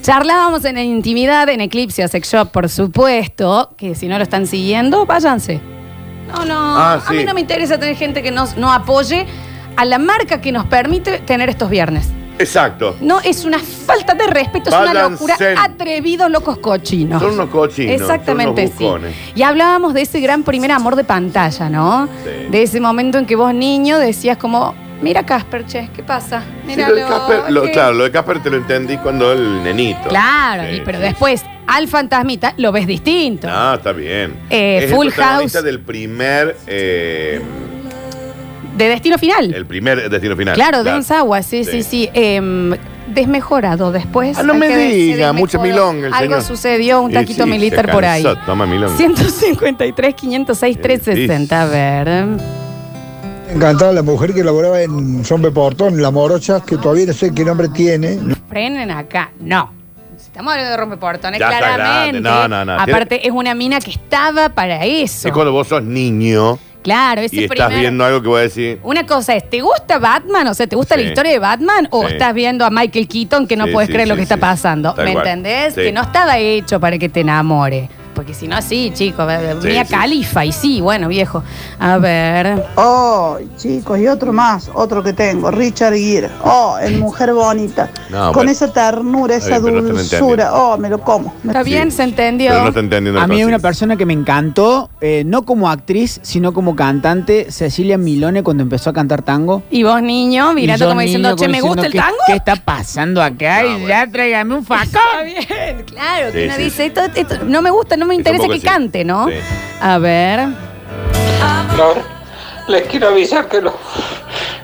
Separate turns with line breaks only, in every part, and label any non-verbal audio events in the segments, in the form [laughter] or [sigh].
Charlábamos en intimidad en Eclipse Sex Shop, por supuesto, que si no lo están siguiendo, váyanse. No, no,
Ah,
a mí
sí.
no me interesa tener gente que nos, no apoye a la marca que nos permite tener estos viernes.
Exacto.
No, es una falta de respeto, es una
Váyanse.
locura. Atrevidos locos cochinos.
Son unos cochinos,
Exactamente,
son unos buscones.
sí. Y hablábamos de ese gran primer amor de pantalla, ¿no?
Sí.
De ese momento en que vos, niño, decías como, mira Casper, che, ¿qué pasa?
Sí, lo de
Míralo,
Casper- lo-
che".
claro, lo de Casper te lo entendí cuando el nenito.
Claro,
Sí,
y- pero
sí.
después al fantasmita lo ves distinto.
No, está bien.
Eh,
es
Full
el protagonista
House.
del primer, eh,
De destino final.
el primer destino final.
claro, de un Sawa, sí, sí, sí.
Sí.
Em, desmejorado después.
Ah, no
hay
me
que decir,
diga,
desmejorado.
mucha milonga el
Algo
señor.
sucedió, un
Y
taquito
sí,
militar
se
por ahí.
cansó, Toma milonga.
153, 506, 360. A ver.
Me encantaba la mujer que laboraba en Son Portón, la morocha, que todavía no sé qué nombre tiene.
Frenen acá. No. Si Estamos hablando de rompeportones,
Ya está
claramente.
grande. No, no, no.
Aparte, es una mina que estaba para eso.
Es cuando vos sos niño
Claro, ese
y estás
primer-
viendo algo que voy a decir.
Una cosa es, ¿te gusta Batman? O sea, ¿te gusta
Sí.
la historia de Batman? ¿O
Sí.
estás viendo a Michael Keaton que no
Sí,
puedes
sí,
creer lo
sí,
que está
sí.
pasando?
Tal
¿Me
cual.
entendés?
Sí.
Que no estaba hecho para que te enamore. Porque si no, sí, chico.
Sí,
Mía
sí.
Califa, y sí, bueno, viejo. A ver.
Oh, chicos, y otro más, otro que tengo, Richard Gere. Oh, el mujer bonita.
[laughs] No,
Con
bueno.
esa ternura,
Está
esa
bien, pero este no te lo
dulzura. Oh, me lo como. Me-
Está bien, se entendió.
Pero no está entendiendo
A
lo que
mí hay
voy a
una
decir.
persona que me encantó, eh, no como actriz, sino como cantante, Cecilia Milone, cuando empezó a cantar tango.
Y vos, niño, mirando
Y yo,
como diciendo,
niño,
che, ¿me
diciendo,
gusta el
"¿Qué-
tango?
¿Qué está pasando acá?
No,
y
bueno.
ya tráigame
[laughs]
un
Está [laughs]
facón.
bien, claro.
Sí,
que uno
sí,
dice, esto, esto no me gusta, no me
Es un
interesa
poco
que
así.
cante, ¿no?
Sí.
A ver.
Flor, les quiero avisar que los,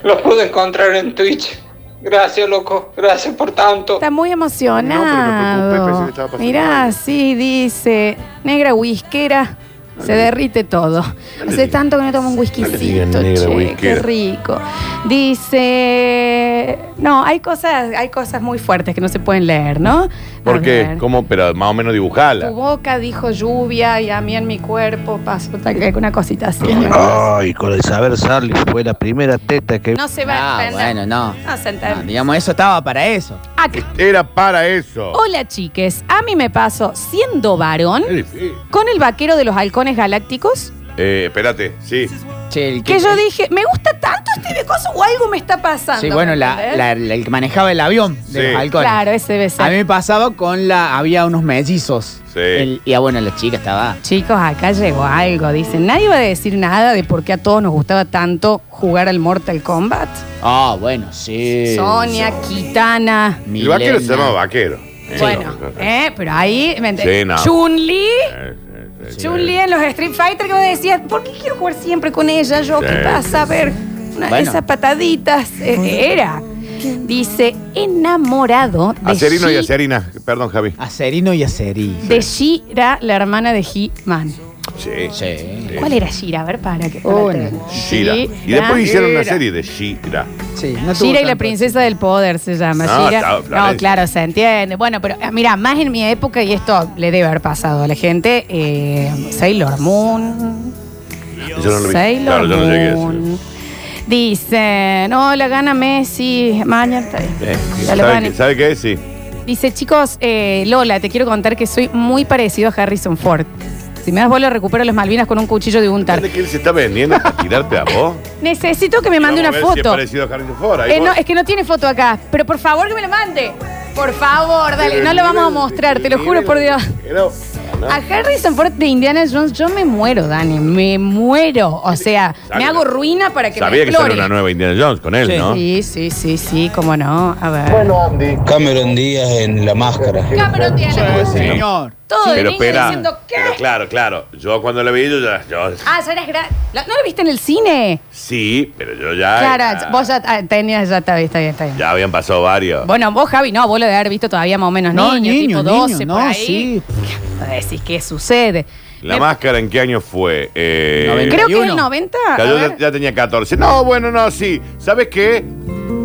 los pude encontrar en Twitch. Gracias, loco. Gracias por tanto.
Está muy
No, pero me preocupé, pensé
emocionado.
que estaba pasando
Mirá,
algo.
sí, dice. Negra whisquera. Se derrite todo.
le
Hace
digan-
tanto que no tomo un
le digan
whiskycito,
negra
che, qué
whisquera.
rico. Dice, no, hay cosas, hay cosas muy fuertes que no se pueden leer, ¿no? A
¿Por qué?
ver.
¿Cómo? Pero más o menos
Tu
dibujala.
boca dijo lluvia y a mí en mi cuerpo pasó tal que una cosita así.
Ay, con el saber Sarli fue la primera teta que...
No se va a
Ah,
entender.
bueno, no.
No se
No,
entiende.
digamos, eso estaba para eso.
Acá.
Era para eso.
Hola chiques, a mí me pasó siendo varón
Es difícil.
con el vaquero de los halcones galácticos
Eh, espérate, sí.
Che, el
que yo dije, me gusta tanto este becoso o algo me está pasando.
Sí, bueno,
¿me
la,
entendés?
la- la- el que manejaba el avión de
Sí.
los halcones.
Claro, ese debe ser.
A mí me pasaba con la. Había unos mellizos.
Sí.
El- y ah, bueno, la chica estaba.
Chicos, acá llegó algo. Dicen, nadie va a decir nada de por qué a todos nos gustaba tanto jugar al Mortal Kombat.
Ah, bueno, sí.
Sonia, Kitana.
El vaquero se llamaba
Milena.
vaquero. Eh,
Bueno,
no, no, no.
eh, pero ahí, ¿me entendés?
Sí, no.
Chun-Li.
Eh, eh, eh,
Chun-Li en los Street Fighter que vos decías, ¿por qué quiero jugar siempre con ella? Yo, ¿qué
Sí.
pasa? A ver, una-
Bueno.
esas pataditas. eh, era. Dice, enamorado de
Acerino y
Shi-
acerina. Perdón, Javi.
Acerino y Aceri.
De Shira, la hermana de He-Man.
Sí.
Sí.
¿Cuál era Shira? A ver, para que.
Una.
para-
Shira. Y después hicieron una serie de Shira.
Sí, no tuvo
Shira y la
tanto.
princesa del poder se llama.
No,
Shira-
Ah, claro, Florencia.
No, claro, se entiende. Bueno, pero eh, mira, más en mi época, y esto le debe haber pasado a la gente, eh, Sailor Moon.
Yo no lo vi.
Sailor
Claro, yo no llegué a eso.
Moon. Dicen, no, la gana Messi. Mañana está bien.
Eh,
Ya lo van.
¿Sabe qué? ¿Sabe qué? Sí.
Dice, chicos, eh, Lola, te quiero contar que soy muy parecido a Harrison Ford. Si me das bola, recupero las Malvinas con un cuchillo de untar.
¿Entiende que él se está vendiendo para tirarte a
[laughs]
vos?
Necesito que me mande una
Vamos a ver si es
foto.
parecido a Harrison Ford. Ahí
Eh, no,
vos-
es que no tiene foto acá, pero por favor que me la mande. Por favor, dale,
Pero
no lo vamos a
mira,
mostrar, te lo
mira,
juro por
mira,
Dios.
era-
A Harrison Ford de Indiana Jones, yo me muero, Dani, me muero. O sea, me
Sabía-
hago ruina para que
Sabía
me
que salió
explore.
una nueva Indiana Jones con él,
Sí.
¿no?
Sí, sí, sí, sí, cómo no. A ver.
Cameron Díaz en la máscara.
Cameron Diana.
Sí, Señor.
Todo de
Pero
niño
espera,
diciendo ¿qué?
pero claro, claro. Yo cuando lo vi, yo ya. yo-
Ah, ya eres gra- ¿Lo- ¿No lo viste en el cine?
sí, pero yo ya.
Clara,
ya-
vos ya ah, tenías, ya está bien, está bien, está bien.
Ya habían pasado varios.
Bueno, vos, Javi, no, vos lo de haber visto todavía más o menos
No,
niño,
niño,
tipo 12,
niño,
por
no,
ahí.
sí.
Decís, ¿qué sucede?
¿La
Me-
máscara en qué año fue? Eh,
Noventa.
Creo que es el
91.
90.
ya
a
yo
ver.
ya, ya tenía 14. No, bueno, no, sí. ¿Sabes qué?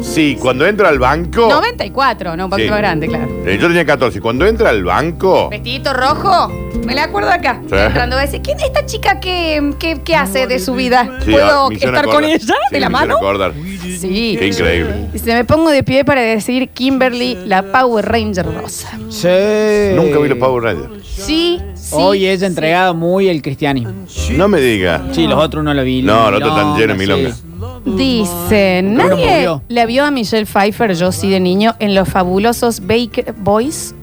Sí, cuando entro al banco.
94, no, un poquito
Sí.
más grande, claro.
Eh, yo tenía 14. Cuando entra al banco.
Vestidito rojo, me la acuerdo acá.
Sí.
Entrando, decís, ¿quién es esta chica que, que- que hace de su vida?
Sí,
¿Puedo
ah, me hicieron
estar con
acordar.
ella
Sí,
de la
me hicieron
mano?
acordar.
Sí.
Qué increíble.
Y se me pongo de pie para decir Kimberly, la Power Ranger rosa.
Sí.
Nunca vi los Power Rangers.
Sí, sí.
Hoy ella
sí.
ha entregado muy el cristianismo.
No me diga.
Sí, los otros no lo vi.
No, los otros están llenos de
milonga,
milonga.
sí.
Dice,
Creo que
nadie
murió.
la vio a Michelle Pfeiffer, yo sí de niño, en los fabulosos Baker Boys.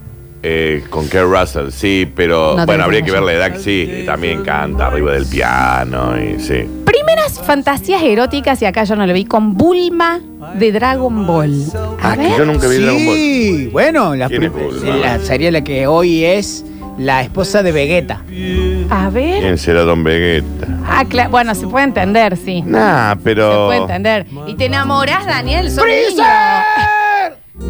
Eh, con Kerr Russell, sí, pero
No
bueno,
tengo
habría que ver
razón.
la edad, sí, y también canta arriba del piano y sí.
Primeras fantasías eróticas, y acá yo no lo vi, con Bulma de Dragon Ball. A
Ah, que
ver.
yo nunca vi Dragon Ball.
Sí, bueno, la,
¿Quién es
prim-
Bulma?
la sería la que hoy es la esposa de Vegeta.
A ver.
¿Quién será Don Vegeta?
Ah, cla- bueno, se puede entender, sí.
Nah,
Se
pero.
puede entender. Y te enamoras, Daniel. sos niño.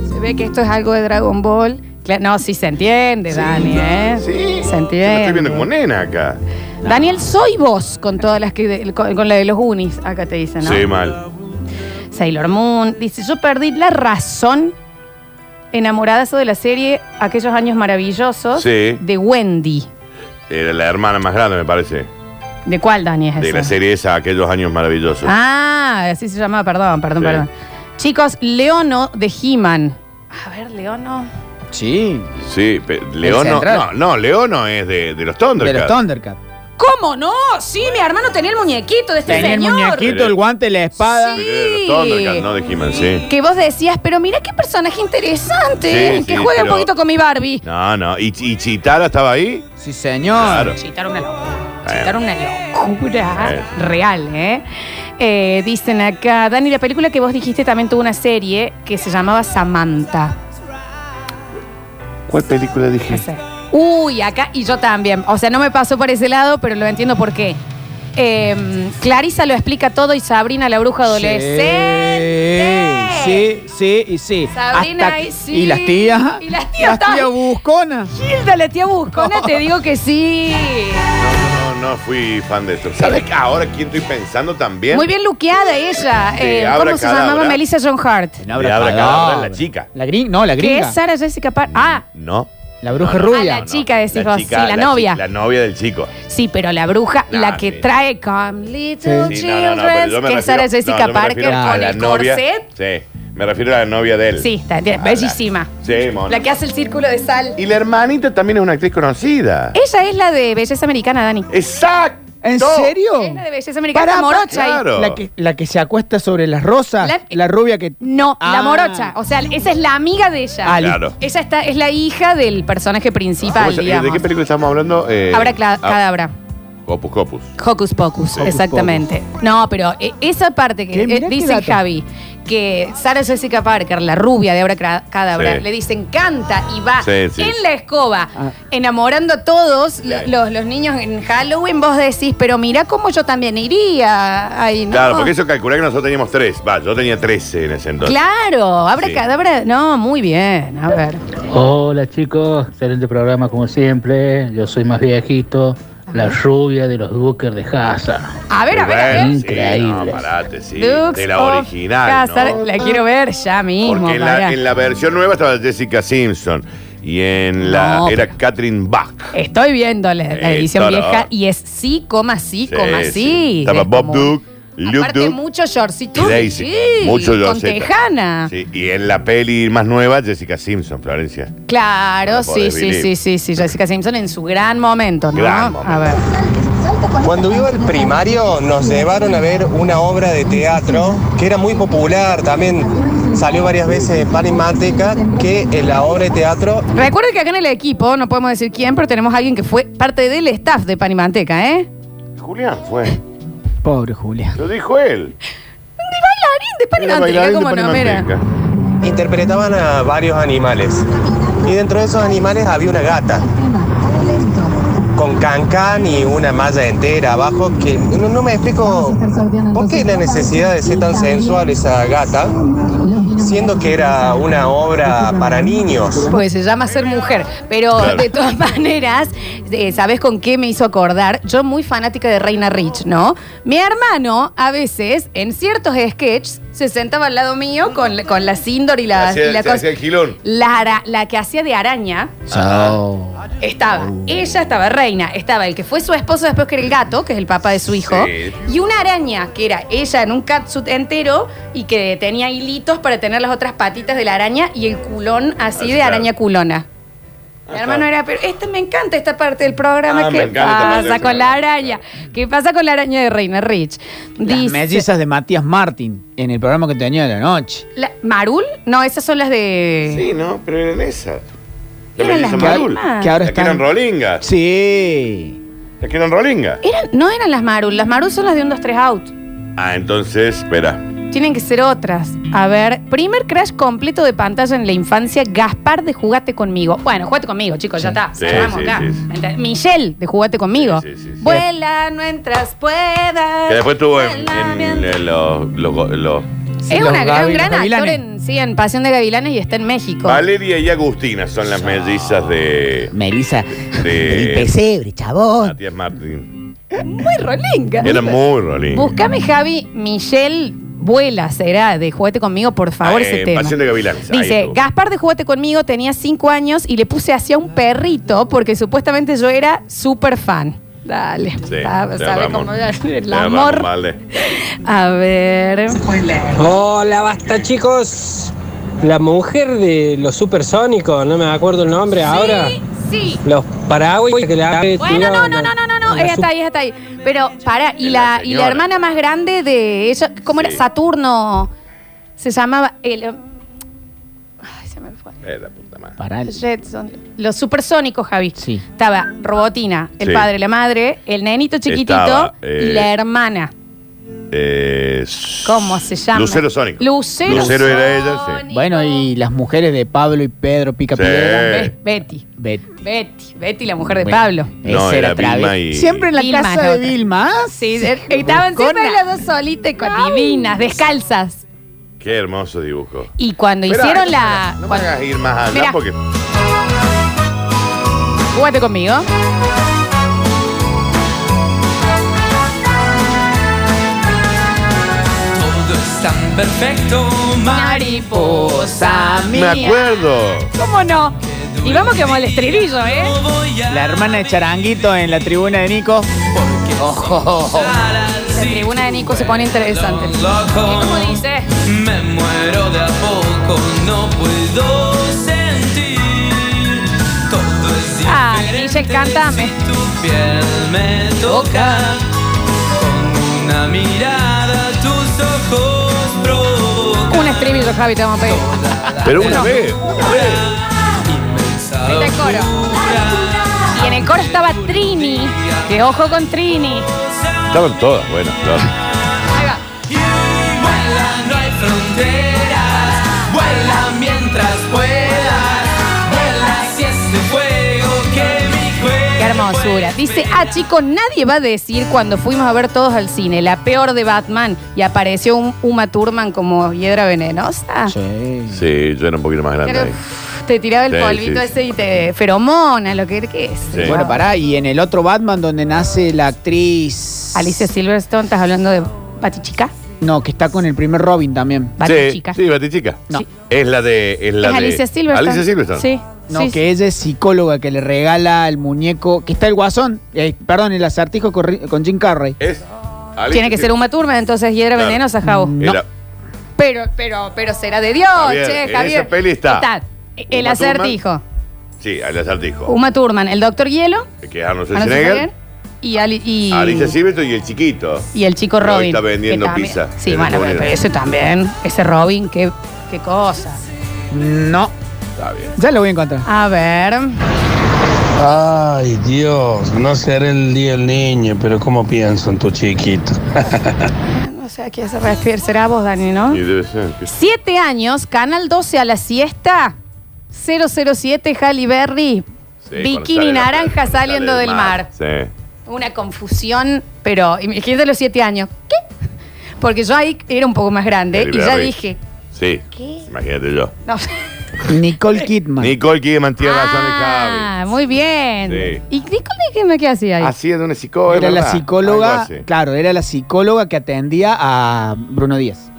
Se ve que esto es algo de Dragon Ball. Cla- No, sí se entiende, Dani, ¿eh? Se
Sí. Yo la estoy viendo
entiende.
como nena acá.
Daniel, soy vos con todas las que de- con, con la de los unis, acá te dicen, ¿no?
Sí, mal.
Sailor Moon. Dice, yo perdí la razón enamoradazo de la serie Aquellos años maravillosos
Sí.
de Wendy.
Era Eh, la hermana más grande, me parece.
¿De cuál, Dani, es
De
esa?
la serie esa, aquellos años maravillosos.
Ah, así se llamaba, perdón, perdón,
Sí.
perdón. Chicos, Leono de He-Man. A ver, Leono.
Sí,
Sí, pe- Leono. No,
central.
no, Leono es de, de los
de los
Thundercats.
Thundercats.
¿Cómo no? Sí, mi hermano tenía el muñequito de este
Tenía el
señor.
muñequito, el guante, la espada.
Pero era de los Thundercats, no de He-Man, sí.
Que vos decías, pero mira qué personaje interesante,
Sí,
que
sí,
juega un
pero-
poquito con mi Barbie.
No, no. ¿Y, y Chitara estaba ahí?
Sí, señor.
Claro.
Chitaron una locura. Chitaron una locura
Eh.
real, ¿eh? Eh, Dicen acá, Dani, la película que vos dijiste también tuvo una serie que se llamaba Samantha.
¿Cuál película
No
dije?
sé. Uy, acá, y yo también. O sea, no me pasó por ese lado, pero lo entiendo por qué. Em, Clarisa lo explica todo y Sabrina, la bruja adolescente.
Sí, sí, y sí.
Sabrina,
Hasta
y
que-
sí.
Y las tías.
Y las tías también.
busconas.
Hilda, la tía buscona, te digo que sí.
No, no, no fui fan de eso. ¿Sabes que ahora quién estoy pensando también?
Muy bien luqueada ella.
Sí,
Eh,
abra
¿Cómo se
cadabra.
llamaba? Melissa John Hart.
No
Le abra cadabra, la chica.
La gringa, no, la
Que es
gringa.
Sara Jessica Parker. Ah,
No.
La bruja
No, no,
rubia.
Ah, la chica, decís vos. Sí, la
chi-
novia.
La novia del chico.
sí, pero la bruja,
Nah,
la que
Ah, sí.
trae Come Little
Sí, no, no,
Children,
no, pero yo me
que es
refiero-
Sara Jessica
no, yo me
Parker
refiero a
con
la
el
novia-
corset.
Sí, me refiero a la novia de él.
Sí, está,
Ah,
está-
la-
bellísima.
Sí, mona.
La que hace el círculo de sal.
Y la hermanita también es una actriz conocida.
Ella es la de Belleza Americana, Dani.
¡Exacto!
¿En serio?
Es la de Belleza Americana, la morocha. ahí.
claro.
La que, la que se acuesta sobre las rosas.
La-
La, rubia que.
No, la
Ah.
morocha. O sea, esa es la amiga de ella.
Ah, listo.
Claro.
Ella está, es la hija del personaje
¿Cómo
principal,
se- ¿De
digamos.
qué película estamos hablando? Eh,
Abra cla-
ah,
cadabra.
Hocus Pocus.
Hocus Pocus,
Sí.
exactamente. No, pero eh, esa parte que
¿Qué? Mirá
eh,
qué
dice
dato.
Javi, que Sara Jessica Parker, la rubia de Abra Cra- Cadabra,
Sí.
le dicen canta y va
Sí, sí,
en
sí.
la escoba,
Ah.
enamorando a todos
Claro.
los, los niños en Halloween, vos decís, pero mira cómo yo también iría ahí, ¿no?
Claro, porque eso calculé que nosotros teníamos tres. Va, yo tenía 13 en ese entonces.
Claro, Abra
Sí.
Cadabra, no, muy bien, a ver.
Hola chicos, excelente programa como siempre. Yo soy más viejito, la rubia de los Booker de Haza.
A ver, a ver, a ver.
Bueno, Sí,
Increíble.
no, parate, sí.
Dukes
de la
of
original. ¿no?
Hazzard, La quiero ver ya mismo.
Porque en
pará.
la, en la versión nueva estaba Jessica Simpson. Y en la.
No,
era
pero-
Catherine Bach.
Estoy viendo la, la
Eh,
edición
todo.
vieja y es sí, coma sí, coma sí.
Estaba
Es
Bob
como-
Duke, Luke
Aparte,
Duke.
mucho shortcito.
y Daisy.
Sí,
Mucho
con
Joseta.
tejana.
Sí, y en la peli más nueva, Jessica Simpson, Florencia. No
Claro,
lo
sí,
podés
sí,
vivir.
sí, sí, sí. Jessica Simpson en su gran momento, ¿no?
Gran momento.
A ver.
Cuando vivo el primario nos llevaron a ver una obra de teatro que era muy popular, también salió varias veces en Pan y Manteca, que en la obra de teatro
Recuerden que acá en el equipo, no podemos decir quién, pero tenemos a alguien que fue parte del staff de Panimanteca, ¿eh?
Julián fue.
Pobre Julia.
Lo dijo él.
De
Era
Panimanteca,
bailarín de
como no, mira.
Panamanteca.
interpretaban a varios animales. Y dentro de esos animales había una gata con cancán y una malla entera abajo, que no, no me explico por qué la necesidad de ser tan sensual esa gata, siendo que era una obra para niños.
Pues se llama ser mujer. Pero
Claro.
de todas [laughs] maneras, eh, ¿sabes con qué me hizo acordar? Yo muy fanática de Reina Rich, ¿no? Mi hermano, a veces, en ciertos sketches, se sentaba al lado mío con, la- con la Sindor y la,
Hacía-
y la
se hacía el gilón.
La, ara- la que hacía de araña estaba. Ella estaba reina. Estaba el que fue su esposo después, que era el gato, que es el papá de su hijo.
Sí.
Y una araña, que era ella en un catsuit entero y que tenía hilitos para tener las otras patitas de la araña y el culón así
Ah,
de
claro.
araña culona. Mi hermano era, pero esta me encanta esta parte del programa.
Ah, me
¿Qué
encanta también
pasa
esa
con la
araña.
araña? ¿Qué pasa con la araña de Reina Rich?
Las mellizas de Matías Martín en el programa que tenía de la noche.
La- ¿Marul? No, esas son las de.
Sí, ¿no? Pero eran esas. La
Eran
melliza
Eh. las
Marul.
mismas.
Que ahora
La que eran
están.
rolingas.
Sí.
La que eran rolingas.
Eran- no eran las Marul, las Marul son las de un 2, 3 out.
Ah, entonces, espera.
Tienen que ser otras. A ver, primer crash completo de pantalla en la infancia, Gaspar de Jugate conmigo. Bueno, jugate conmigo, chicos, ya está.
Sí,
cerramos
sí,
acá.
sí, sí.
¿Me entendés? Michelle de Jugate conmigo.
Sí, sí, sí, sí.
Vuela mientras puedas.
Que después tuvo en,
Vuela
en-
mientras-
en los, los- los-
es
los
una-
gavi-
un gran
los
actor
gavilanes.
en, sí, en Pasión de Gavilanes y está en México.
Valeria y Agustina son las mellizas de
Melissa.
De-
[laughs] El pesebre, chabón.
Matías Martín.
Muy rolinga.
Eran muy rolingas.
Búscame, Javi, Michelle Vuela será de Jugate conmigo, por favor,
Ah,
ese
en
tema.
Pasión de Gavilanes. Ahí
Dice,
estuvo.
Gaspar de Jugate conmigo tenía cinco años y le puse así a un perrito porque supuestamente yo era súper fan. Dale,
Sí,
Ah, sabe,
te
sabe
amamos.
cómo el
Te amamos,
amor.
Vale.
A ver.
Hola, basta chicos. La mujer de los supersónicos, no me acuerdo el nombre ahora.
Sí, sí.
Los paraguas que la
Bueno, no, no, no, no, no, no. Ella está ahí, ella está ahí. Pero, para, y
La
la, y la
señora.
hermana más grande de ella, ¿cómo era?
Sí.
Saturno. Se llamaba. el- ay, se me fue.
Eh, la puta madre.
Pará.
Jetson. Los supersónicos, Javi.
Sí.
Estaba Robotina, el
Sí.
padre, la madre, el nenito chiquitito
Estaba,
y
eh,
la hermana.
Eh, s-
¿Cómo se llama?
Lucero Sónico.
Lucero.
Lucero era ella, sí.
Sónico.
Bueno, y las mujeres de Pablo y Pedro Pica
Sí.
Piedra. ¿eh?
Be- Betty.
Betty.
Betty. Betty, la mujer de
Bueno,
Pablo.
ese
No, era
Travis.
Vilma y-
Siempre en la
Vilma es la
casa de
otra.
Vilma.
Sí, er- estaban siempre las dos solitas, y con- divinas, descalzas.
Qué hermoso dibujo.
Y cuando
Esperá,
hicieron
no
la.
me hagas- No me
cuando-
hagas ir más allá
Mirá.
porque.
Júgate conmigo. Mariposa
Me acuerdo.
¿Cómo no? Y vamos que vamos al estribillo, ¿eh?
La hermana de Charanguito en la tribuna de Nico. Ojo.
La tribuna de Nico se pone interesante. ¿Y cómo dice?
Me muero de a poco, no puedo sentir. Todo es
Ah, Michelle, cántame.
tu piel me toca. Con una mirada, tus ojos provocan.
Un estribillo, Javi, te vamos a pedir.
Pero una vez.
Está el coro. Y en el coro estaba Trini. Que ojo con Trini.
Estaban todas buenas, claro.
Ahí va.
Vuela, no hay fronteras. Vuela mientras puedas. Vuela si ese fuego que mi cuerpo.
Qué hermosura. Dice, ah, chicos, nadie va a decir cuando fuimos a ver todos al cine, la peor de Batman, y apareció un Uma Thurman como hiedra venenosa.
Ah. Sí.
Sí, yo era un poquito más grande
Pero,
ahí.
uf, te tiraba el
Sí,
polvito
sí.
ese y te feromona, lo que, que es.
Sí.
Bueno, pará. Y en el otro Batman donde nace la actriz.
Alicia Silverstone, estás hablando de Batichica.
No, que está con el primer Robin también.
Batichica.
Sí, sí, Batichica.
No.
Sí.
Es la de. Es, la
es
de-
Alicia Silverstone.
Alicia Silverstone.
Sí.
No,
sí,
que ella es psicóloga que le regala el muñeco. Que está el guasón. eh, perdón, el acertijo con, Ri- con Jim Carrey.
Es. Alicia
Tiene que ser Uma Thurman, entonces hiedra
Claro. Mm,
venenosa, Javo.
No.
Era-
Pero, pero, pero será de Dios,
Javier,
che,
en
Javier.
esa peli está
El
Uma Thurman.
acertijo.
Sí, al acertijo.
Uma Thurman, el doctor Hielo.
Que es
Arnold
Arnold Schwarzenegger.
Schwarzenegger Y, Ali- y-
Alicia Silverstone y el chiquito.
y el chico
Hoy
Robin.
está vendiendo
que también-
pizza
Sí,
en
bueno,
Estados
pero,
Unidos.
ese también, ese Robin, qué, qué cosa.
No.
Está bien.
Ya lo voy a encontrar.
A ver.
Ay, Dios, no será el día del niño, pero ¿cómo pienso en tu chiquito? [laughs]
No sé a quién se refiere. Será vos, Dani, ¿no?
Y debe ser. que-
Siete años, Canal 12 a la siesta. 007 Halle Berry.
Sí, cuando
Bikini
sale la-
naranja
cuando sale
saliendo
del
del mar.
Sí.
Una confusión, pero imagínate los siete años. ¿Qué? Porque yo ahí era un poco más grande
Halle
y ya
Berry.
dije.
Sí. Imagínate yo.
No.
Nicole Kidman.
Nicole Kidman tiene razón en
ah, muy bien.
Sí.
¿Y Nicole qué hacía ahí?
Así es de una psicóloga.
Era la
¿verdad? Algo
psicóloga,
así.
claro, era la psicóloga que atendía a Bruno Díaz.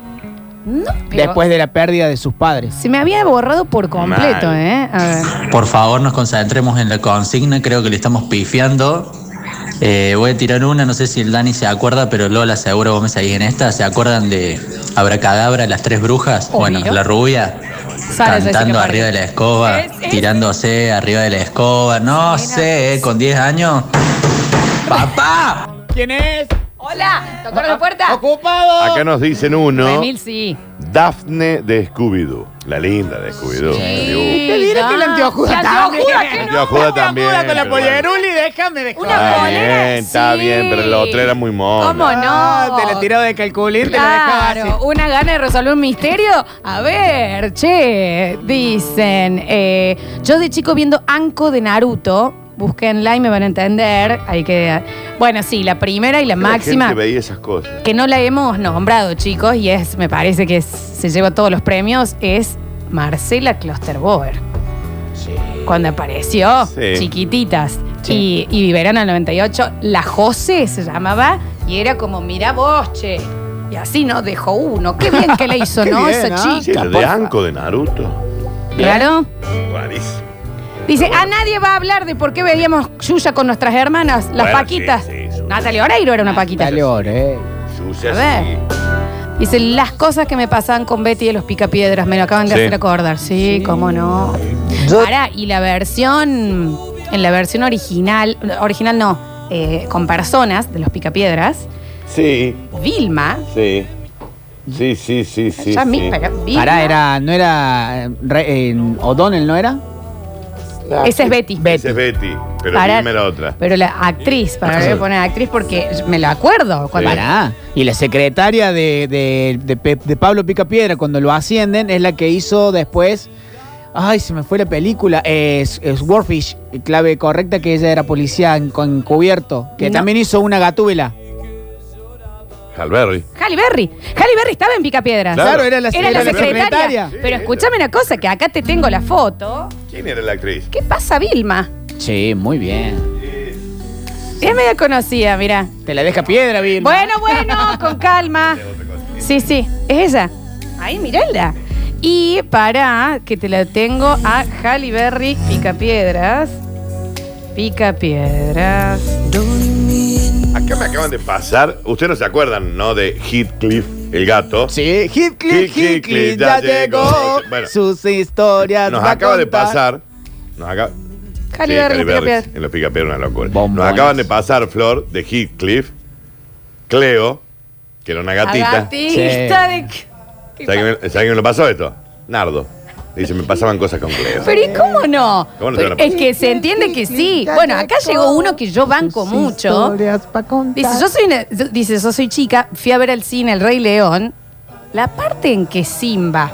No, pero
después de la pérdida de sus padres.
se me había borrado por completo,
Mal.
¿eh? A ver.
Por favor, nos concentremos en la consigna, creo que le estamos pifiando. Eh, voy a tirar una, no sé si el Dani se acuerda, pero Lola seguro vos me seguís en esta. ¿Se acuerdan de Abracadabra, las tres brujas?
Obvio.
Bueno, la rubia
Sara Jessica
cantando
Parker.
arriba de la escoba,
Es- es-
tirándose arriba de la escoba. No sé, eh, con 10 años. ¡Papá!
¿Quién es?
Hola, tocaron la puerta.
¡Ocupado!
Acá nos dicen uno,
Emil, sí.
Dafne de Scooby-Doo. La linda de Scooby-Doo.
Sí,
Te diré que la anteojuda
La anteojuda
también.
que no.
Yo juego también.
con la
pero bueno.
polleruli, déjame dejar.
Una
Está
polera,
bien, está
sí.
bien, pero la otra era muy mona.
¿Cómo no?
Ah, te la tiró de calculín, te la dejaba
Claro,
así.
una gana de resolver un misterio. A ver, che, dicen. eh, yo de chico viendo Anko de Naruto, búsquenla y me van a entender. Hay que. Bueno, sí, la primera y la
La
máxima.
gente veía esas cosas.
que no la hemos nombrado, chicos, y es, me parece que es- se lleva todos los premios, es Marcela Klosterboer. Cuando apareció,
Sí.
chiquititas. Y, y Verano del 98, la José se llamaba, y era como, mira vos, che. Y así, ¿no? Dejó uno. Qué bien
[laughs]
que le hizo,
Qué
¿no?
bien,
Esa
¿no?
¿ah? Sí,
chica.
la de
porfa.
Anko de Naruto.
Claro.
Rarísimo.
Dice, a nadie va a hablar de por qué veíamos Yuya con nuestras hermanas, las
Bueno,
paquitas.
sí, sí, sí.
Natalia Oreiro era una paquita.
Dale, eh. oré.
Sucia,
A ver.
sí.
Dice, las cosas que me pasaban con Betty de los picapiedras, me lo acaban de
Sí.
hacer acordar. Sí, cómo no. Pará, y la versión, en la versión original, original no, eh, con personas de los picapiedras,
Sí,
Vilma,
sí. Sí, sí, sí, sí.
ya
sí.
mi- pero Vilma,
Pará, era, no era. eh, re- eh, O'Donnell, ¿no era?
esa es Betty.
Esa es Betty, pero
Pará.
dime la otra.
Pero la actriz, para voy a poner actriz porque me lo acuerdo. Cuando
Pará. Y la secretaria de, de- de Pe- de Pablo Picapiedra, cuando lo ascienden, es la que hizo después. Ay, se me fue la película. Es, es Warfish, clave correcta, que ella era policía en- con encubierto. Que
No.
también hizo una gatúbela.
Halberry.
Halle Berry. Halle Berry estaba en Picapiedras.
Claro.
era la,
Era la
era la
secretaria.
secretaria.
Pero
Sí,
escúchame una cosa, que acá te tengo la foto.
¿Quién era la actriz?
¿Qué pasa, Vilma?
Sí, muy bien.
Es media conocida, mira.
Te la deja piedra, bien.
Bueno, bueno, con calma. Sí, sí, es ella. Ahí, mirala. Y para que te la tengo a Halle Berry Picapiedras. Picapiedras.
Acá me acaban de pasar. Ustedes no se acuerdan, ¿no? De Heathcliff, el gato.
Sí, Heathcliff,
Heathcliff,
Heathcliff ya,
ya
llegó.
llegó. Bueno.
sus historias.
Nos
va a
acaba de
contar.
pasar. Nos acaba.
Halle Berry, los
Halle Berry,
Picapiedras.
En los picapiedras, una locura.
Bombones.
Nos acaban de pasar, Flor, de Heathcliff. Cleo, que era una gatita.
Agatista de... ¿Qué
¿Sabe quién me- sabe quién me lo pasó esto? Nardo. Dice, me pasaban cosas con Cleo.
Pero ¿y cómo no?
¿Cómo no te
Pero
van a
es que se entiende que sí. Bueno, acá llegó uno que yo banco mucho. Dice, yo soy una- yo- dice, yo soy chica, fui a ver al cine El Rey León. La parte en que Simba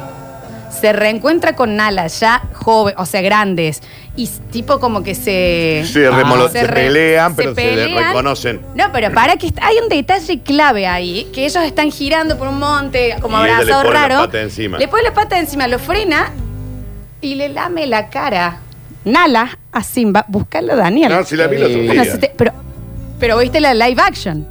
se reencuentra con Nala, ya joven, o sea, grandes, y s- tipo como que se... Ah,
Se, remolo-
se
se
re-
pelean,
se
pero se, le
pelean.
reconocen.
No, pero para que est- hay un detalle clave ahí, que ellos están girando por un monte, como
Y ella le
abrazado
pone la
raro.
pata encima.
Le pone la pata encima, lo frena y le lame la cara. Nala a Simba, buscala Daniel.
No, si la vi el otro
Bueno,
día.
si te- pero, pero viste la live action.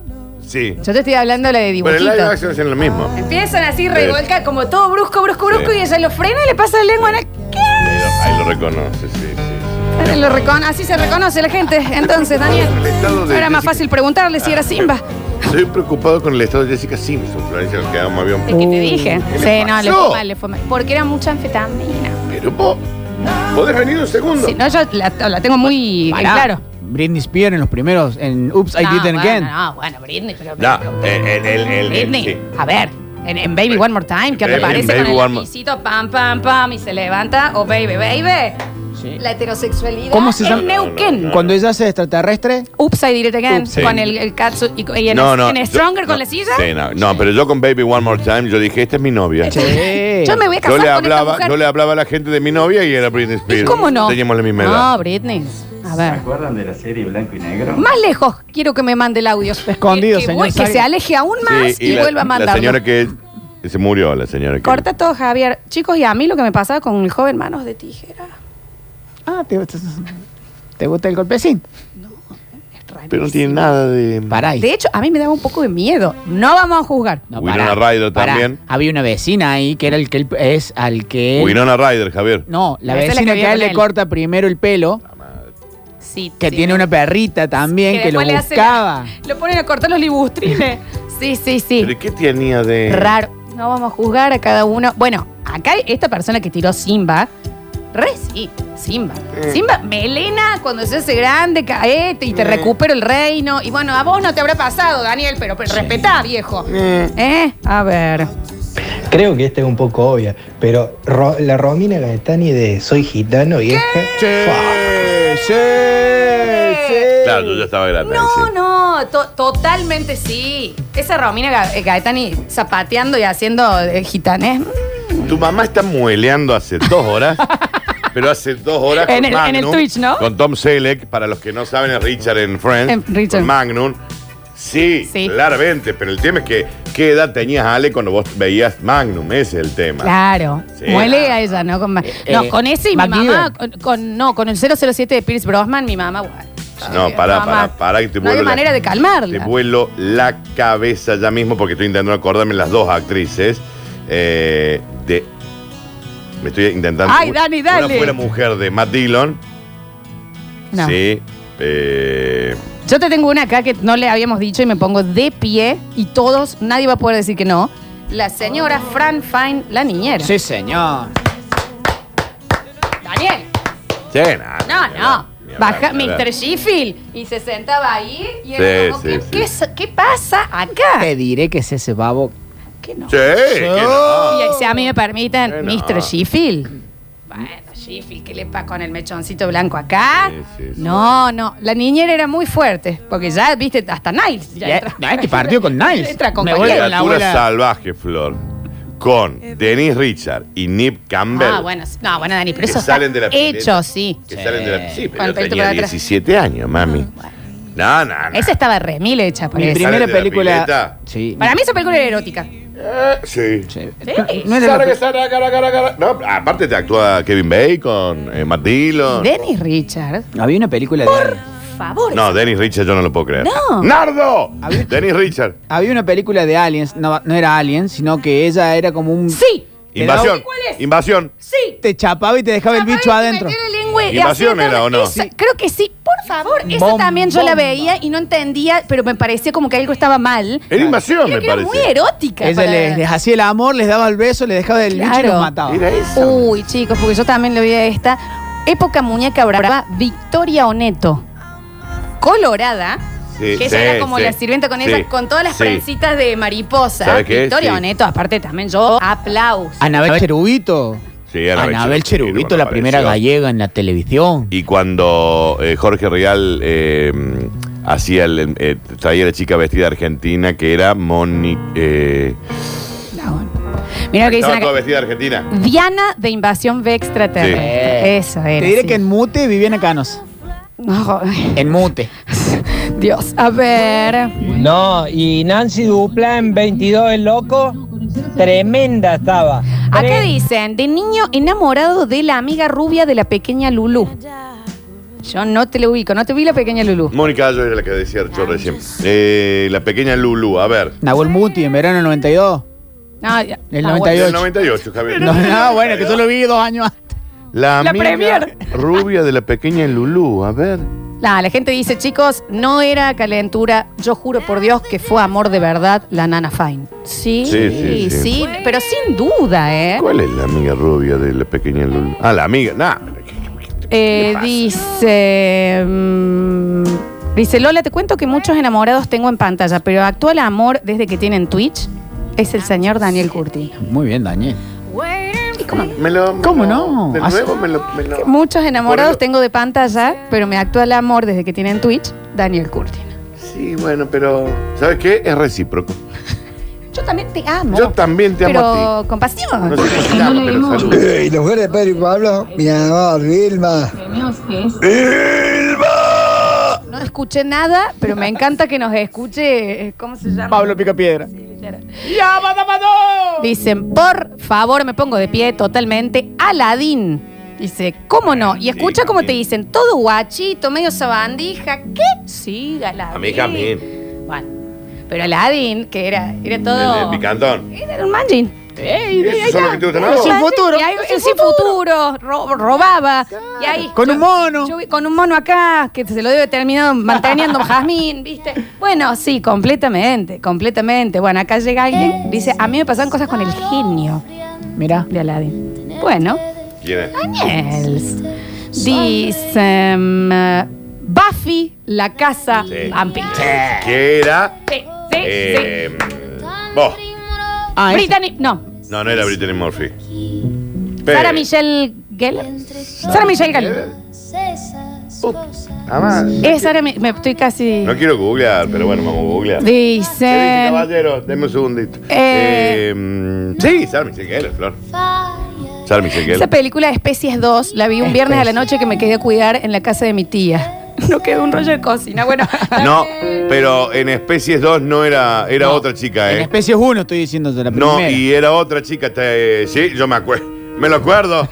Sí.
Yo te estoy hablando de la de
Pero el live
dibujitos.
action es lo mismo.
Empiezan así, revolca, como todo brusco, brusco, brusco,
Sí.
y ella lo frena y le pasa la lengua en la cara.
Ahí lo- Ahí lo reconoce, sí, sí, sí.
Lo recono- así se reconoce la gente. Entonces, Daniel,
El estado de Ah.
era más
Jessica-
fácil preguntarle si era Simba.
Estoy preocupado con el estado de Jessica Simpson, Florencia, nos quedamos avión.
Es que te dije.
¿Qué le
Sí, no, le
pasó?
fue mal, le fue mal. Porque era mucha anfetamina.
Pero vos, podés venir un segundo.
Sí, no, yo la, la tengo muy en
Pará.
claro.
Britney Spears en los primeros, en Oops, I
no,
Did It
bueno,
Again.
No, bueno, Britney, pero.
No,
pero-
el, el, el, el-
Britney,
sí.
a ver. En, en Baby One More Time, que
Baby,
reaparece
Baby
con el
One More-
lapicito, pam, pam, pam, y se levanta. O baby, baby. La heterosexualidad
¿Cómo se llama?
en Neuquén.
No, no, no.
Cuando ella hace extraterrestre,
Ups, I did it again.
Ups, sí.
Con el, el katsu y, y en, en
yo-
Stronger con
no,
la silla.
sí, no, no, pero yo con Baby One More Time, yo dije, esta es mi novia.
Sí.
Yo me voy a casar con
Yo le,
esta
hablaba,
mujer.
yo le hablaba a la gente de mi novia y era Britney
¿Y
Spears.
¿Cómo no?
Teníamos la misma edad.
No, Britney. A ver.
acuerdan de la serie Blanco y Negro?
Más lejos quiero que me mande el audio.
Escondido,
que, que
señor
vu- Que
Sague.
se aleje aún más
Sí,
y,
la-
vuelva a mandar.
La señora que que se murió, la señora que...
Corta todo, Javier. Chicos, y a mí lo que me pasaba con el joven manos de tijera.
ah, te, te gusta el golpecín.
Es raro.
Pero no tiene nada de.
Pará.
De hecho, a mí me daba un poco de miedo. No vamos a juzgar.
No,
Winona
pará,
Ryder
pará.
también.
Había una vecina ahí que era el que él- es al que. él-
Winona Ryder, Javier.
No, la
Esa es la
vecina
que
que,
vive
a él
con
le
él.
corta primero el pelo,
Sí,
que
sí.
tiene una perrita también, que, lo
después le hacen-
buscaba.
lo ponen a cortar los libustrines. [laughs] Sí, sí, sí.
¿Pero qué tenía de.?
Raro. No vamos a juzgar a cada uno. Bueno, acá esta persona que tiró Simba. Re sí, Simba. Simba, melena cuando se hace grande, caete y te recupero el reino. Y bueno, a vos no te habrá pasado, Daniel, pero, pero respetá, viejo. ¿Eh? A ver.
Creo que esta es un poco obvia, pero Ro- la Romina Gaetani de Soy Gitano y este
Claro, yo ya estaba grande. ahí, sí.
No, no, to- totalmente sí. Esa Romina Ga- Gaetani zapateando y haciendo eh, gitanés.
Tu mamá está mueleando hace dos
[laughs]
horas. pero hace dos horas.
En el- en el Twitch, ¿no?
Con Tom Selleck, para los que no saben, es Richard en Friends.
En Richard.
Con Magnum. Sí, claramente. Pero el tema es que, ¿qué edad tenías, Ale, cuando vos veías Magnum? Ese es el tema.
Claro.
Sí.
Muele a ella, ¿no? Con, ma- no,
eh,
con ese y mi
MacGyver.
mamá, con, con- no, con el 007 de Pierce Brosman, mi mamá, guau.
No, pará,
mamá.
pará, pará, que te
No hay
vuelo la-
manera de calmarla.
Te vuelo la cabeza ya mismo porque estoy intentando acordarme las dos actrices. eh, de. Me estoy intentando.
Ay, Dani,
Una
dale.
fue la mujer de Matt Dillon.
No.
Sí. eh,
Yo te tengo una acá que no le habíamos dicho y me pongo de pie y todos, nadie va a poder decir que no. La señora Fran Fine, la niñera.
Sí, señor.
Daniel.
sí, nada,
No, no.
ni hablar,
Baja
ni hablar.
Mr. Sheffield y se sentaba ahí y
Sí,
era como,
sí,
¿qué,
sí. Eh,
qué es- qué pasa acá?
Te diré que es ese babo.
Sí, que no.
Y ahí, si a mí me permiten,
Eh, no.
Mr. Sheffield. Bueno, Sheffield, ¿qué le pasa con el mechoncito blanco acá? No, no, la niñera era muy fuerte, porque ya, viste, hasta Niles. ya
Ya-
entra.
ya Eh, es que
[laughs]
partió con Niles.
Entra con
Me voy
cualquiera.
a la
Criatura
abuela.
salvaje, Flor. Con Denise Richard y Nip Campbell.
Ah, bueno, sí. no, bueno, Dani, pero
Que
eso está
salen de la
hecho,
pileta.
sí.
Que salen de la. Sí, pero
Con el
yo
pelito
tenía
para atrás.
17 años, mami.
Ah,
No, no, no.
Esa estaba re mil hecha,
Mi
parece.
primera ¿Sale de la película- pileta?
Sí.
Para mí esa película era erótica.
Eh, Sí.
Sí.
Sara que Sara, cara, cara, cara. No, aparte te actúa Kevin Bacon, eh, Matt Dillon.
Dennis Richard.
Había una película de.
Por favor.
No, Dennis Richard yo no lo puedo creer.
No.
¡Nardo! Dennis Richard.
Había una película de Aliens, no, no era Aliens, sino que ella era como un.
¡Sí!
Invasión. Invasión.
Sí.
Te chapaba y te dejaba el bicho adentro.
Invasión era, ¿o no?
Esa- creo que sí, por favor. Esa
Bom-
también yo la
bomba.
veía y no entendía, pero me parecía como que algo estaba mal.
Era invasión,
Creo
me
que era
parece.
muy erótica.
Ella
para-
les, les hacía el amor, les daba el beso, les dejaba el bicho y los mataba.
Uy, chicos, porque yo también le veía esta. Época muñeca brava, Victoria Oneto. Colorada.
Sí,
que
sí,
ella era como
sí.
la sirvienta con
Sí,
ella, con todas las
sí.
presitas de mariposa.
¿Sabes qué?
Victoria
Sí.
Oneto, aparte también yo aplauso.
Anabel Cherubito.
Sí, Anabel,
Anabel Cherubito,
cuando
la primera
apareció.
gallega en la televisión.
Y cuando eh, Jorge Real eh, hacía el, eh, traía a la chica vestida de argentina que era Mónica. eh,
Mira lo que dicen
estaba
acá.
toda vestida de argentina.
Diana de invasión B extraterrestre.
Sí.
Eh. Eso era.
Te diré
sí.
que en mute Viviana Canos.
No,
En mute. Eh.
Dios, a ver.
No, y Nancy Dupla en 22 el loco, tremenda estaba.
Acá dicen, de niño enamorado de la amiga rubia de la pequeña Lulu. Yo no te lo ubico, no te vi la pequeña Lulu.
Mónica Gallo era la que decía yo recién. Eh, la pequeña Lulu, a ver.
Nahuel Muti en verano del 92.
Ah, ya.
El
Ah,
98.
Del 98, Javier.
No, no, bueno, que yo lo vi dos años antes.
La,
La
amiga
Premier.
rubia de la pequeña Lulu, a ver.
bueno. Nah, la gente dice, chicos, no era calentura. Yo juro por Dios que fue amor de verdad la Nana Fine. Sí,
Sí,
sí,
sí, sí.
pero sin duda, ¿eh?
¿Cuál es la amiga rubia de la pequeña Lulu? Ah, la amiga. Nah,
Eh, dice. mm, dice Lola, te cuento que muchos enamorados tengo en pantalla, pero actual amor desde que tienen Twitch es el señor Daniel Curti.
Muy bien, Daniel.
me lo,
¿Cómo no? Ah,
De
Hace-
nuevo me lo. me lo-
Muchos enamorados
Por
tengo de pantalla, pero mi actual amor desde que tienen Twitch, Daniel Curti.
Sí, bueno, pero. ¿Sabes qué? Es recíproco.
Yo también te amo.
Yo también te amo a ti.
Pero con pasión.
No sé cómo te amo, pero salud.
Eh,
Y las mujeres de Pedro y Pablo, mi amor, Vilma.
No escuché nada, pero me encanta que nos escuche. eh, ¿Cómo se llama?
Pablo Picapiedra.
Dicen, por favor, me pongo de pie totalmente. Aladín Dice, ¿cómo no? Y escucha cómo te dicen, todo guachito, medio sabandija, ¿qué? Sí, Galadín.
A mí, Jamín.
Bueno, pero Aladín, que era, era
El de
todo.
Picantón.
Era un manjin. Ey,
¿Esos
ahí
son los
está.
que te gustan a vos?
Sin
Sin
futuro. sin futuro. ro- robaba. Y ahí,
Con un mono.
yo vi con un mono acá, que se lo debe terminado manteniendo Jazmín, ¿viste? Bueno, sí, completamente, completamente. Bueno, acá llega alguien, dice, a mí me pasan cosas con el genio.
Mira.
De Aladdin. Bueno,
¿Quién es?
Daniels. Dice em, eh, Buffy, la casa vampiro.
¿Qué era?
Sí, sí,
Eh, vos.
Ah,
sí. Brittany, no,
No, no era Brittany Murphy. Pero-
Sara Michelle Gellar. Sara Michelle Gellar.
Ah, más.
Es Sara Mi- me estoy casi.
No quiero googlear, pero bueno, vamos a googlear.
Dice.
Caballero, deme un segundito.
Eh.
Eh, mm, sí, Sarmi Sequel, Flor. Sarmi Sequel.
Esa película de Especies 2 la vi un viernes a la noche que me quedé a cuidar en la casa de mi tía. [laughs] No quedó un rollo de cocina. Bueno, [laughs]
No, pero en Especies 2 no era, era otra chica,
En
¿eh?
especies 1 estoy diciéndote la primera.
No, y era otra chica. te- sí, yo me acuerdo. ¿Me lo
[laughs]
acuerdo?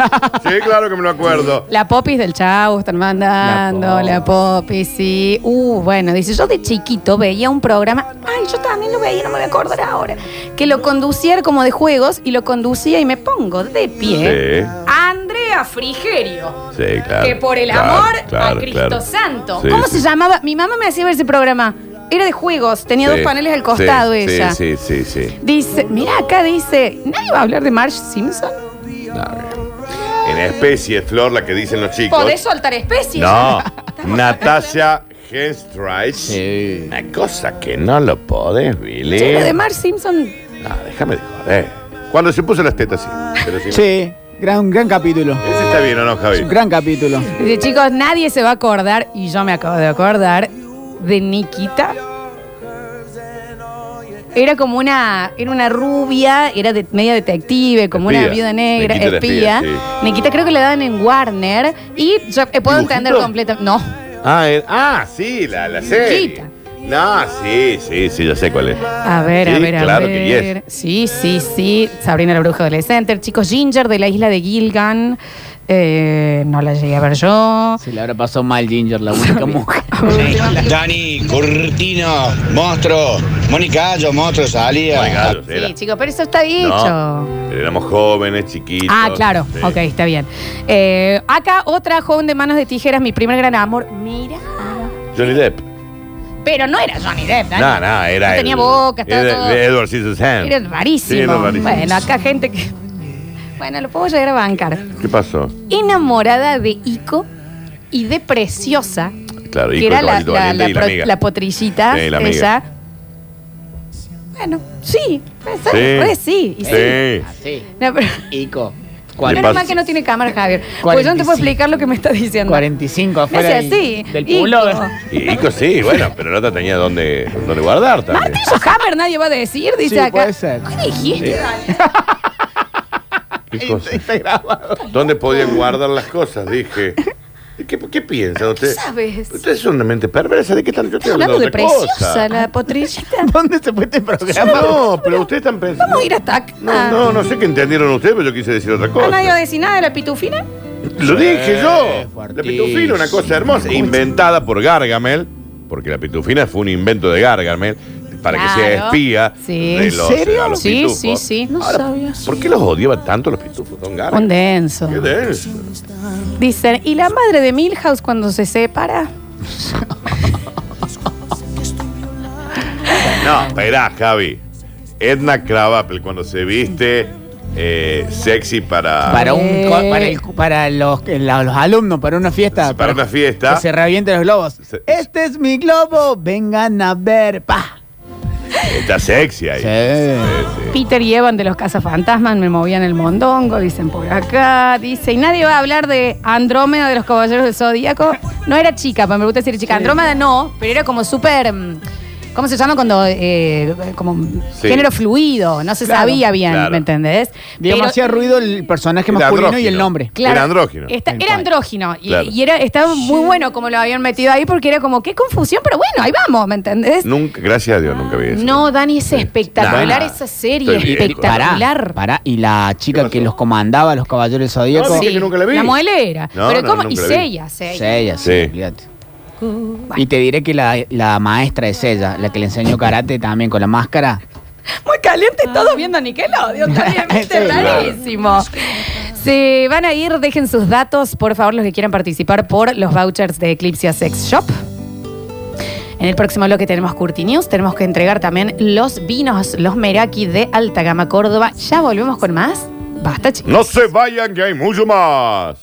sí, claro que me lo acuerdo.
la popis del chavo están mandando, la popis, sí. Uh, bueno, dice, yo de chiquito veía un programa, ay, yo también lo veía, no me voy a acordar ahora, que lo conducía era como de juegos y lo conducía y me pongo de pie. Andrea Frigerio.
Sí, sí, claro.
que por el
Claro,
amor
claro,
a Cristo
claro.
Santo.
Sí,
¿Cómo
sí.
se llamaba? Mi mamá me hacía ver ese programa. Era de juegos, tenía
Sí,
dos paneles al costado
sí,
ella.
Sí, sí, sí, sí.
Dice, mira acá dice, nadie va a hablar de Marge Simpson.
En Especies, Flor, la que dicen los chicos.
Podés soltar especies.
No, Natasha Henstreich. Una cosa que no lo podés, Billy.
[laughs] Che, lo de Marge Simpson.
Ah, déjame de joder. Cuando se puso las tetas, sí. Pero si no-
Sí, gran, gran capítulo.
Ese está bien, ¿o no,
Es
Javi?
un gran capítulo.
Dice, chicos, nadie se va a acordar, y yo me acabo de acordar, de Nikita. Era como una, era una rubia, era de, media detective, como una
Espía.
viuda negra,
Nikita era
espía.
espía,
Nikita creo que le daban en Warner y yo eh, puedo entender completamente. No,
Ah, eh, ah, sí, la, la serie. No, sí, sí, sí, yo sé cuál es.
a ver, a
Sí,
ver, a
claro
ver.
que yes.
Sí, sí, sí. Sabrina la bruja adolescente, chicos Ginger de la isla de Gilgan. Eh, no la llegué a ver yo.
Se le habrá pasado mal Ginger, la [laughs] única mujer.
Dani, Curtino, monstruo, Monicayo, monstruo, salía.
ah,
Monicayo, era.
Sí, chicos, pero eso está dicho.
No, pero éramos jóvenes, chiquitos.
Ah, claro,
sí.
ok, está bien. Eh, acá otra joven de manos de tijeras, mi primer gran amor. Mira.
Johnny Depp.
Pero no era Johnny Depp, Dani.
No, no, era
No
el-
tenía boca, estaba
era
todo-
de Edward Scissorhands.
Era rarísimo.
Sí, era rarísimo.
Bueno, acá gente que. Bueno, lo puedo llegar a bancar.
¿Qué pasó?
Enamorada de Ico y de Preciosa,
Claro,
que
hijo
era
de
la,
caballito
la,
valiente
la,
y la
pro-
amiga.
la potrillita
Sí, la amiga.
esa. Bueno, sí, puede ser,
Sí.
puede sí, y sí.
Sí.
No, pero-
Ico.
Menos mal que no tiene cámara, Javier. Pues yo no te
45.
puedo explicar lo que me está diciendo. No
45 afuera
sea
del-
así.
del
Ico.
pullover.
Y Ico sí, bueno, pero la otra tenía donde, donde guardar también.
Eso Hammer nadie va a decir, dice
Sí,
acá.
puede ser.
¿Qué dijiste,
Sí.
Dani? eh,
¿Qué cosa?
este
¿Dónde podían guardar las cosas? Dije. ¿Qué, qué piensan ustedes?
¿Sabes?
Ustedes son una mente perversa. ¿De qué están? Yo
Estás
estoy
hablando de
otra
preciosa, la potrillita.
¿Dónde se fue este
programa? No, pero ustedes están pensando.
Vamos a ir hasta acá.
No, no, no sé qué entendieron ustedes, pero yo quise decir otra
Ah,
cosa.
nadie va a decir nada de la pitufina?
Lo dije
Sí,
yo. La
fuertísimo.
pitufina, una cosa hermosa, inventada por Gargamel, porque la pitufina fue un invento de Gargamel para que sea
Claro.
espía
Sí.
de los, eh,
¿En serio?
a los
Sí,
pitufos.
sí, sí. No
Ahora,
sabías.
¿Por qué los odiaba tanto los pitufos, don
Un
Gargamel?
denso.
¿Qué denso?
Dicen, ¿y la madre de Milhouse cuando se separa?
No, esperá, Javi. Edna Krabappel cuando se viste eh, sexy para...
Para,
Eh.
un, co- para, el- para los, la- los alumnos, para una fiesta.
para una fiesta.
Que se revienten los globos. Este es mi globo, vengan a ver. Pa.
Está sexy ahí. Sí, sí.
Peter y Evan de los cazafantasmas me movían el mondongo, dicen por acá. Dice, ¿y nadie va a hablar de Andrómeda de los Caballeros del Zodíaco? No era chica, pero me gusta decir chica. Andrómeda no, pero era como súper mm, ¿Cómo se llama cuando eh, como
Sí.
género fluido? No se
Claro.
sabía bien,
Claro.
¿me entendés?
Digamos,
Pero-
hacía ruido el personaje
Era
masculino y
andrógino.
el nombre.
Claro,
Era andrógino.
está- era andrógino. Y,
Claro.
y era, estaba muy bueno como lo habían metido ahí porque era como, qué confusión, pero bueno, ahí vamos, ¿me entendés?
Nunca, gracias a Dios, nunca vi eso.
No, Dani, es espectacular
Nada.
esa serie,
Estoy bien,
espectacular.
Pará, y la chica que los comandaba, los caballeros zodíacos.
Sí, la modelera.
No,
Pero
no,
¿cómo?
nunca
Y
la vi.
Seiya, Seiya.
Sella, sí, olvídate. Y te diré que la, la maestra es ella, la que le enseñó karate también con la máscara.
Muy caliente todo viendo Nickelodeon también, ¿viste?
Sí.
Rarísimo. Se van a ir, dejen sus datos, por favor, los que quieran participar por los vouchers de Eclipse Sex Shop. En el próximo bloque tenemos Curti News, tenemos que entregar también los vinos, los Meraki de Alta Gama Córdoba. Ya volvemos con más. Basta, chicos.
No se vayan, que hay mucho más.